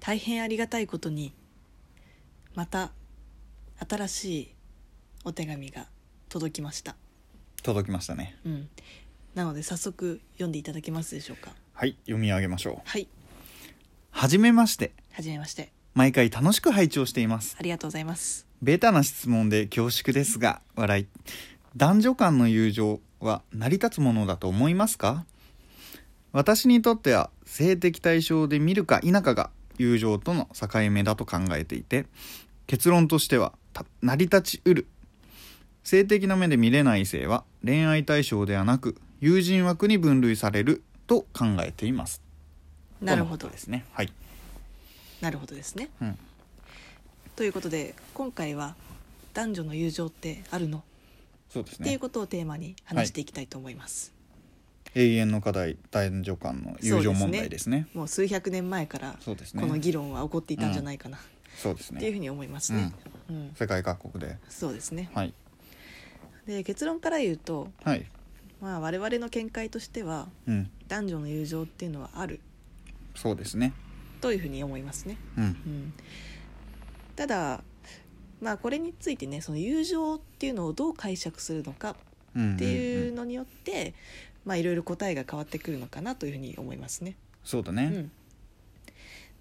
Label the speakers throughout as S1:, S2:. S1: 大変ありがたいことにまた新しいお手紙が届きました、
S2: 届きましたね
S1: うん、なので早速読んでいただけますでしょうか
S2: はい読み上げましょう
S1: はい
S2: はじめまして
S1: はじめまして
S2: 毎回楽しく拝聴しています
S1: ありがとうございます
S2: ベタな質問で恐縮ですが笑い男女間の友情は成り立つものだと思いますか私にとっては性的対象で見るか否かが友情との境目だと考えていて結論としてはた成り立ちうる性的な目で見れない異性は恋愛対象ではなく友人枠に分類されると考えています
S1: なるほど
S2: とのことですねはい
S1: なるほどですね、
S2: うん
S1: ということで今回は男女の友情ってあるの、
S2: そうです
S1: っていう
S2: ね
S1: ことをテーマに話していきたいと思います、
S2: 永遠の課題男女間の友情問題ですね
S1: もう数百年前から
S2: そうですね
S1: この議論は起こっていたんじゃないかな、
S2: そうです
S1: っていうふう
S2: ね
S1: に思いますね、うん
S2: 世界各国で
S1: そうですね
S2: はい
S1: で結論から言うと、
S2: はい
S1: まあ、我々の見解としては
S2: うん
S1: 男女の友情っていうのはある
S2: そうですね
S1: というふうに思いますね、
S2: うん
S1: うん、ただまあこれについてねその友情っていうのをどう解釈するのか
S2: うん
S1: っていうん
S2: ん
S1: のによって、まあいろいろ答えが変わってくるのかなというふうに思いますね。
S2: そうだ
S1: う
S2: ね
S1: ん、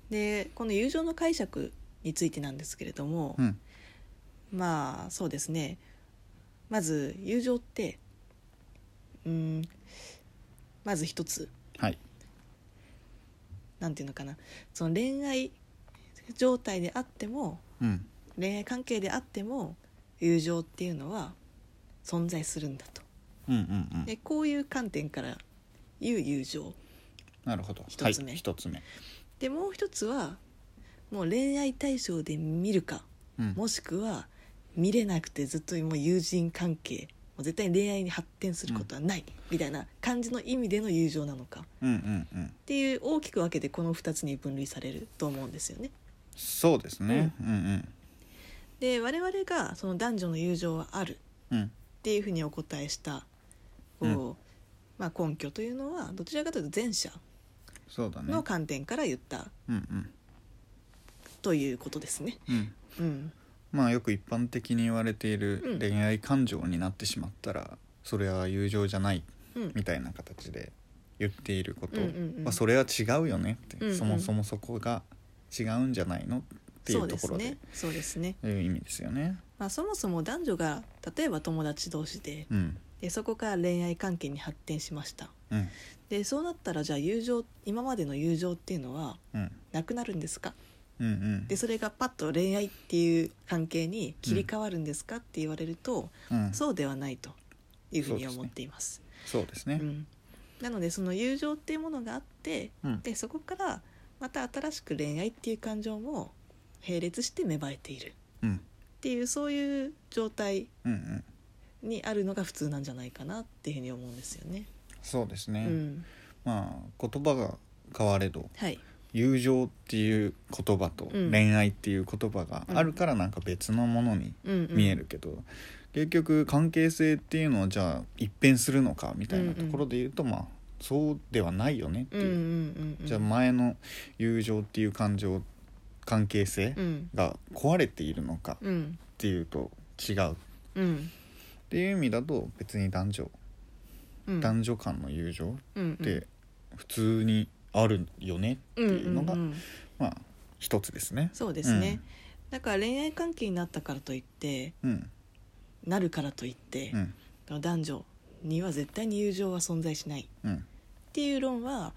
S1: でこの友情の解釈についてなんですけれども、
S2: うん
S1: まあそうですねまず友情ってうんまず一つ
S2: はい
S1: なんていうのかなその恋愛状態であっても
S2: うん
S1: 恋愛関係であっても友情っていうのは存在するんだと
S2: うんうんうん
S1: でこういう観点から言う友情
S2: なるほど
S1: 一つ目
S2: はい一つ目
S1: でもう一つはもう恋愛対象で見るか
S2: うん
S1: もしくは見れなくてずっともう友人関係もう絶対に恋愛に発展することはない、みたいな感じの意味での友情なのかっ
S2: うんうんうん
S1: ていう大きく分けてこの2つに分類されると思うんですよね。
S2: そうですねうんうん
S1: で我々がその男女の友情はある
S2: うん
S1: っていうふうにお答えしたこう、
S2: う
S1: まあ、根拠というのはどちらかというと前者
S2: そうだね
S1: の観点から言った
S2: うんうん
S1: ということですね。
S2: うん
S1: うん、
S2: まあよく一般的に言われてい
S1: うん
S2: る恋愛感情になってしまったらそれは友情じゃない
S1: うん
S2: みたいな形で言っていること、
S1: うんうんうん
S2: まあ、それは違うよねって、
S1: うんうん
S2: そもそもそこが違うんじゃないのってい
S1: そうう
S2: と
S1: です
S2: ころで
S1: ねそうですね、
S2: いう意味ですよね。
S1: まあ、そもそも男女が例えば友達同士で
S2: うん、
S1: でそこから恋愛関係に発展しました
S2: うん、
S1: でそうなったらじゃあ友情今までの友情っていうのは
S2: うん、
S1: なくなるんですか
S2: うん、うん
S1: で、それがパッと恋愛っていう関係に切り替わるんですかって言われると、
S2: うん、
S1: そうではないというふうに
S2: そうですね
S1: 思っています。
S2: そうです
S1: う
S2: ね。
S1: ん、なのでその友情っていうものがあって
S2: うん、
S1: でそこからまた新しく恋愛っていう感情も並列して芽生えているっ
S2: うん、
S1: ていうそういう状態
S2: うん、うん、
S1: にあるのが普通なんじゃないかなっていうふうに思うんですよね。
S2: そうです
S1: う
S2: ね。
S1: ん、
S2: まあ、言葉が変われど、
S1: はい
S2: 友情っていう言葉と
S1: うん
S2: 恋愛っていう言葉があるから、なんか別のものに
S1: うんうん、
S2: 見えるけど。結局関係性っていうのをじゃあ一変するのかみたいなところで言うと、まあそうではないよねって
S1: うん
S2: いうう、
S1: んうんうん、
S2: じゃあ前の友情っていう感情関係性
S1: うん
S2: が壊れているのかっ
S1: うん
S2: ていうと違うっ
S1: うん
S2: ていう意味だと別に男女、
S1: うん
S2: 男女間の友情
S1: うん
S2: って普通にあるよねって
S1: うん
S2: いうのが、
S1: うんうんうん
S2: まあ一つですね。
S1: そうですね、だから恋愛関係になったからといって
S2: うん
S1: なるからといって
S2: う、ん
S1: 男女には絶対に友情は存在しないっ
S2: うん
S1: ていう論は、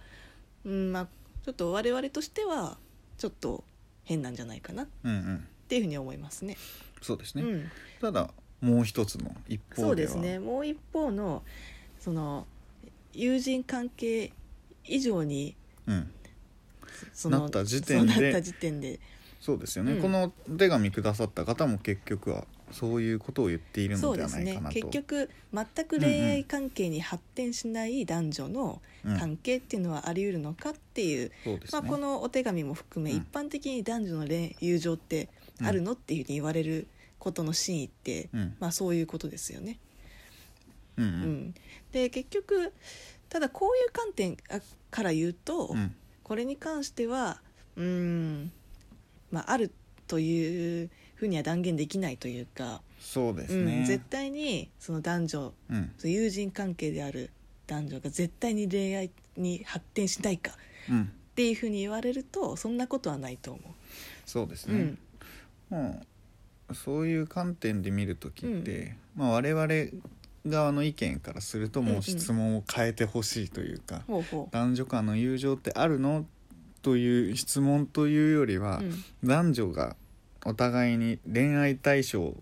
S1: うんまあ、ちょっと我々としてはちょっと変なんじゃないかなっ
S2: うんうん
S1: ていうふうに思いますね。
S2: そうですね、
S1: うん、
S2: ただもう一つの一
S1: そ
S2: 方
S1: う
S2: で
S1: で
S2: は
S1: すねもう一方のその友人関係以上に
S2: うん、
S1: その
S2: なった時点で
S1: そうなった時点で
S2: そうですよね、
S1: うん
S2: このお手紙くださった方も結局はそういうことを言っている
S1: そう
S2: ので
S1: で
S2: は
S1: す
S2: ないか
S1: ね
S2: なと。
S1: 結局全く恋愛関係に発展しない男女の
S2: うん
S1: 関係っていうのはあり得るのかっていう、
S2: そうです
S1: ま
S2: ね、
S1: あ、このお手紙も含め、
S2: うん
S1: 一般的に男女の恋友情ってあるのっていうふうに言われることの真意って、
S2: うん
S1: まあ、そういうことですよね。
S2: うん
S1: うんで結局ただこういう観点あから言うと、
S2: うんうん
S1: これに関してはうーんまあ、あるというふうには断言できないというか、
S2: そうです
S1: うん、絶
S2: ね、
S1: 対にその男女
S2: うん
S1: その友人関係である男女が絶対に恋愛に発展しないかっ
S2: うん
S1: ていうふうに言われるとそんなことはないと思
S2: そうです
S1: う。う
S2: ね
S1: ん、
S2: もうそういう観点で見る時って、まあ、我々側の意見からすると
S1: うん
S2: も
S1: う
S2: うん質問を変えてほしいというか、
S1: ほうほ
S2: 男女間の友情ってあるのという質問というより
S1: う、
S2: は、
S1: うん
S2: 男女がお互いに恋愛対象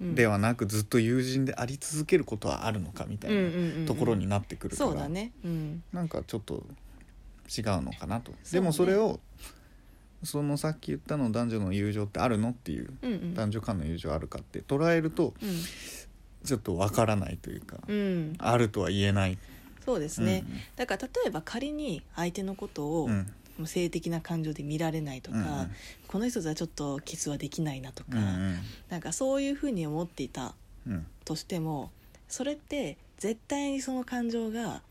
S1: うん、
S2: ではなくずっと友人であり続けることはあるのかみたい
S1: うんうんうんう
S2: なんところになってくるから、
S1: そうだね、うん、
S2: なんかちょっと違うのかなと、
S1: ね
S2: でもそれをそのさっき言ったの男女の友情ってあるのっていう
S1: うんうん
S2: 男女間の友情あるかって捉えると
S1: うん
S2: ちょっとわからないというか、
S1: うん、
S2: あるとは言えない。
S1: そうですね、だから例えば仮に相手のことを
S2: うんうん
S1: もう性的な感情で見られないとか、
S2: うんうん
S1: この人とはちょっとキスはできないなとか、
S2: うんうん
S1: なんかそういうふうに思っていた
S2: うん
S1: としてもそれって絶対にその感情が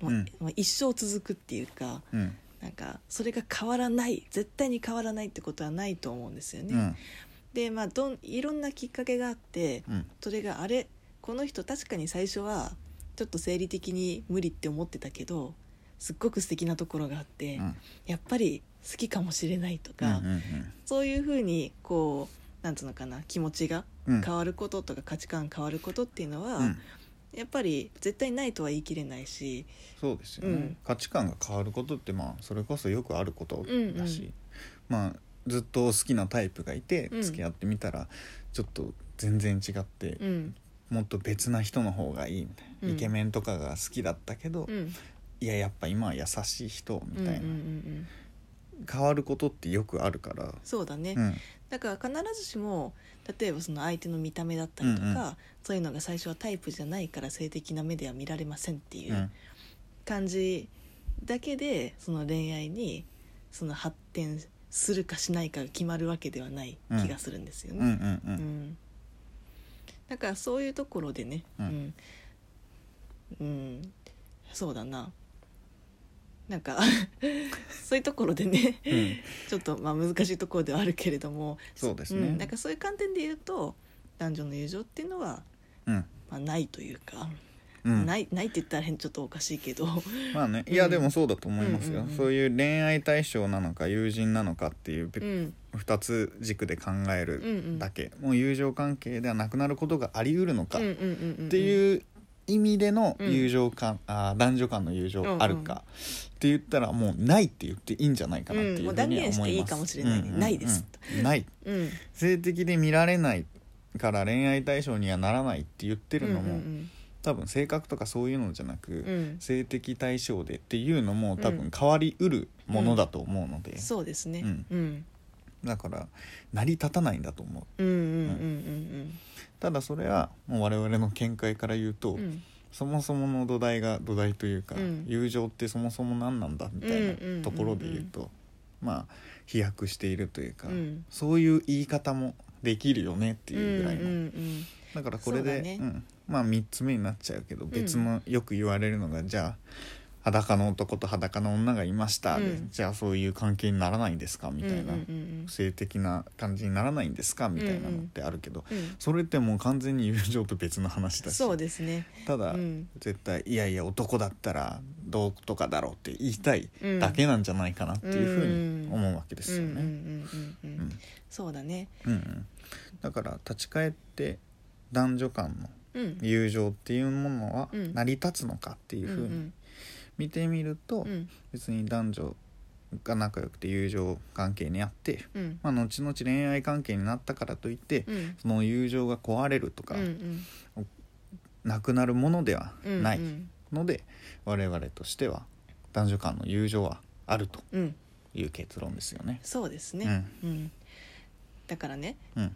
S1: もう、
S2: うん
S1: もう一生続くっていうか
S2: うん
S1: なんかそれが変わらない絶対に変わらないってことはないと思うんですよね。
S2: うん
S1: でまあどんいろんなきっかけがあって
S2: うん
S1: それがあれこの人確かに最初はちょっと生理的に無理って思ってたけどすっごく素敵なところがあって、
S2: うん
S1: やっぱり好きかもしれないと
S2: うん
S1: か、そういうふうにこうなんつうのかな気持ちが
S2: うんうん
S1: 変わることとか価値観変わることっていうのは、
S2: うん
S1: やっぱり絶対ないとは言い切れないし、
S2: そうですよね、
S1: うん
S2: 価値観が変わることってまあそれこそよくあることだし、
S1: うんう
S2: まあずっと好きなタイプがいて
S1: うん
S2: 付き合ってみたらちょっと全然違って、
S1: うん
S2: もっと別な人の方がいいみたいな、
S1: うん
S2: イケメンとかが好きだったけど、
S1: うん、
S2: いややっぱ今は優しい人みたいな、
S1: うんうんうんうん
S2: 変わることってよくあるから、
S1: そうだね、
S2: うん
S1: だから必ずしも例えばその相手の見た目だったりとか、
S2: うんうん
S1: そういうのが最初はタイプじゃないから性的な目では見られませんっていううん感じだけでその恋愛にその発展するかしないかが決まるわけではない気がするんですよ
S2: うんうん
S1: ね。
S2: う
S1: うんんだからそういうところでね、
S2: うん
S1: うんうんそうだななんか そういうところでね、
S2: うん
S1: ちょっとまあ難しいところではあるけれども
S2: そうですね
S1: んなんかそういう観点で言うと男女の友情っていうのは、
S2: うん
S1: まあ、ないというか、
S2: うん
S1: ないないって言ったら変ちょっとおかしいけど、
S2: まあね
S1: うん
S2: いやでもそうだと思います
S1: うん
S2: よ、
S1: うんうん
S2: そういう恋愛対象なのか友人なのかっていう
S1: うん、うん
S2: 2つ軸で考え
S1: うんうん
S2: るだけ、もう友情関係ではなくなることがあり得るのか
S1: う
S2: っ
S1: んうんうん
S2: て
S1: う
S2: いう意味での
S1: うん
S2: 友情間、あー男女間の友情ある
S1: うんうん
S2: かって言ったらもうないって言っていいんじゃないかなっていうふうには思い
S1: うんもう断言
S2: ます、
S1: していいかもしれないねないです
S2: うんない
S1: んうん
S2: 性的で見られないから恋愛対象にはならないって言ってるのも、
S1: うん
S2: 多分性格とかそういうのじゃなく、
S1: うんうん
S2: 性的対象でっていうのも多
S1: うん
S2: 分変わりうるものだと思うので、
S1: そうですね、
S2: うん
S1: うん、
S2: だから成り立たないんだと思う
S1: うんうんうん
S2: ただそれはもう我々の見解から言うと、
S1: うんうん
S2: そもそもの土台が土台というか、
S1: うん
S2: 友情ってそもそも何なんだみた
S1: うんうんうんう
S2: い
S1: ん
S2: なところで言うと、まあ飛躍しているというか、
S1: うん
S2: そういう言い方もできるよねって
S1: うん
S2: いうぐらいの、
S1: うんうん
S2: だからこれ
S1: そう
S2: で
S1: だね
S2: うんまあ3つ目になっちゃうけど別のよく言われるのが、じゃあ裸の男と裸の女がいました、で
S1: うん
S2: じゃあそういう関係にならないんですかみたいな、
S1: うんうん
S2: 性的な感じにならないんですかみたいなのってあるけど、
S1: うんうん
S2: それってもう完全に友情と別の話だし
S1: そうですね
S2: ただ、
S1: うん
S2: 絶対いやいや男だったらどうとかだろうって言いたい
S1: うん
S2: だけなんじゃないかなっていうふうに思うわけで
S1: う
S2: す
S1: んう
S2: よ
S1: ん
S2: ね。
S1: うんうん
S2: う
S1: うんんそうだね
S2: うんうんだから立ち返って男女間の
S1: うん
S2: 友情っていうものは
S1: うん
S2: 成り立つのかっていうふうに見てみると、
S1: うんうん
S2: 別に男女が仲良くて友情関係にあって、
S1: うん
S2: まあ、後々恋愛関係になったからといって、
S1: うん
S2: その友情が壊れるとか、
S1: うんうん
S2: なくなるものでは
S1: うん
S2: ない
S1: うん
S2: ので、我々としては男女間の友情はあると
S1: うん
S2: いう結論ですよね。
S1: そうですねうんだからね
S2: うん、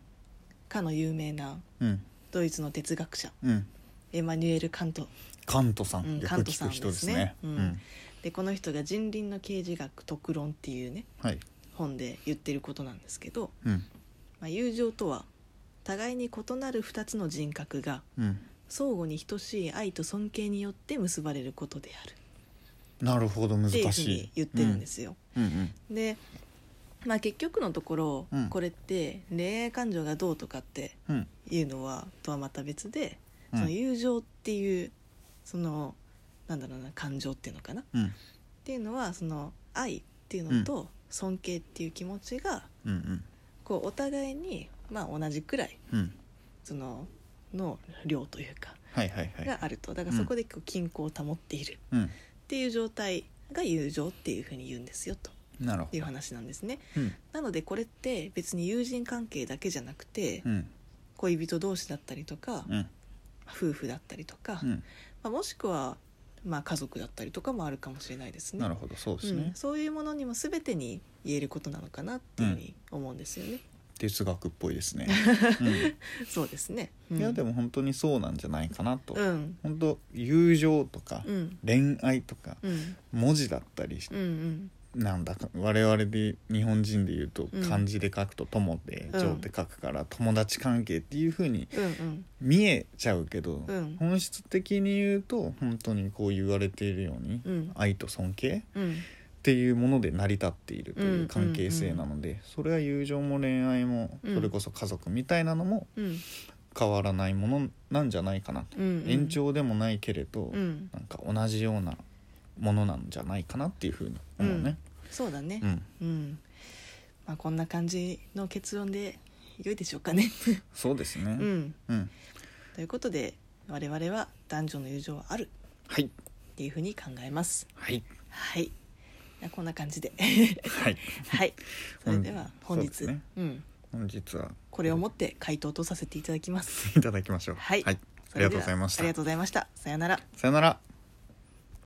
S1: かの有名な
S2: うん、
S1: ドイツの哲学者
S2: うん
S1: エマニュエル・カント
S2: カントさん、
S1: うん
S2: よく
S1: カント
S2: 聞
S1: さ
S2: く
S1: ん
S2: 人です
S1: です
S2: ね
S1: ね。うん
S2: うん
S1: でこの人が「人倫の刑事学特論」っていうね
S2: はい、
S1: 本で言ってることなんですけど、
S2: うん、
S1: まあ、友情とは互いに異なる2つの人格が
S2: うん、
S1: 相互に等しい愛と尊敬によって結ばれることである
S2: なるほど難
S1: っていうふう
S2: しい
S1: に。言ってるんですよ。
S2: うん、うん、
S1: でまあ結局のところ、
S2: うん
S1: これって恋愛感情がどうとかって
S2: うん
S1: いうのはとはまた別で、
S2: うん
S1: その友情っていうそのなんだろうな感情っていうのかなっ
S2: うん
S1: ていうのはその愛っていうのと尊敬っていう気持ちが
S2: うんうん
S1: こうお互いにまあ同じくらい
S2: うん
S1: そのの量というか
S2: はいはいはい
S1: があるとだからそこでこう均衡を保っているっ
S2: うん
S1: ていう状態が友情っていうふうに言うんですよと
S2: なるほ
S1: いう
S2: ど
S1: 話なんですね。
S2: うん
S1: なのでこれって別に友人関係だけじゃなくて
S2: うん
S1: 恋人同士だったりとか
S2: うん
S1: 夫婦だったりとか、
S2: うん
S1: まあ、もしくは、まあ、家族だったりとかもあるかもしれないですね。
S2: なるほどそうです
S1: う
S2: ね
S1: ん、そういうものにも全てに言えることなのかなっていうふうに思うんですよね。
S2: 哲学っぽいです ね
S1: そうですね。う
S2: う
S1: ん、
S2: んいやでも本当にそうなんじゃないかなと
S1: うん、
S2: 本当友情とか
S1: うん、
S2: 恋愛とか
S1: うん、
S2: 文字だったりし
S1: うん、うん、
S2: なんだか我々で日本人で言うと
S1: うん
S2: 漢字で書くと友で
S1: うん
S2: 情で書くから友達関係っていう風に
S1: うん、うん、
S2: 見えちゃうけど
S1: うん
S2: 本質的に言うと本当にこう言われているように
S1: うん、
S2: 愛と尊敬
S1: うん、
S2: っていうもので成り立っていると
S1: ん
S2: いうううん関係性なのでそれは友情も恋愛も
S1: うん
S2: それこそ家族みたいなのも
S1: うん、
S2: 変わらないものなんじゃないかなと
S1: うん、
S2: 延長でもないけれど
S1: うん、
S2: なんか同じようなものなんじゃないかなっていう風に思うね。
S1: そうだね
S2: う。ん
S1: うん、まあ、こんな感じの結論で良いでしょうかね。
S2: そうですね、
S1: うん、
S2: うん、
S1: ということで、我々は男女の友情はある
S2: はい
S1: っていうふうに考えます。
S2: はい
S1: はい。いやこんな感じで。
S2: はい
S1: はい。それでは本
S2: そうで
S1: 日、
S2: すね
S1: うん、
S2: 本日は
S1: これをもって回答とさせていただきます。
S2: いただきましょう
S1: はい
S2: ありがとうございまし
S1: ありが
S2: た
S1: とうございました。さようなら。
S2: さよなら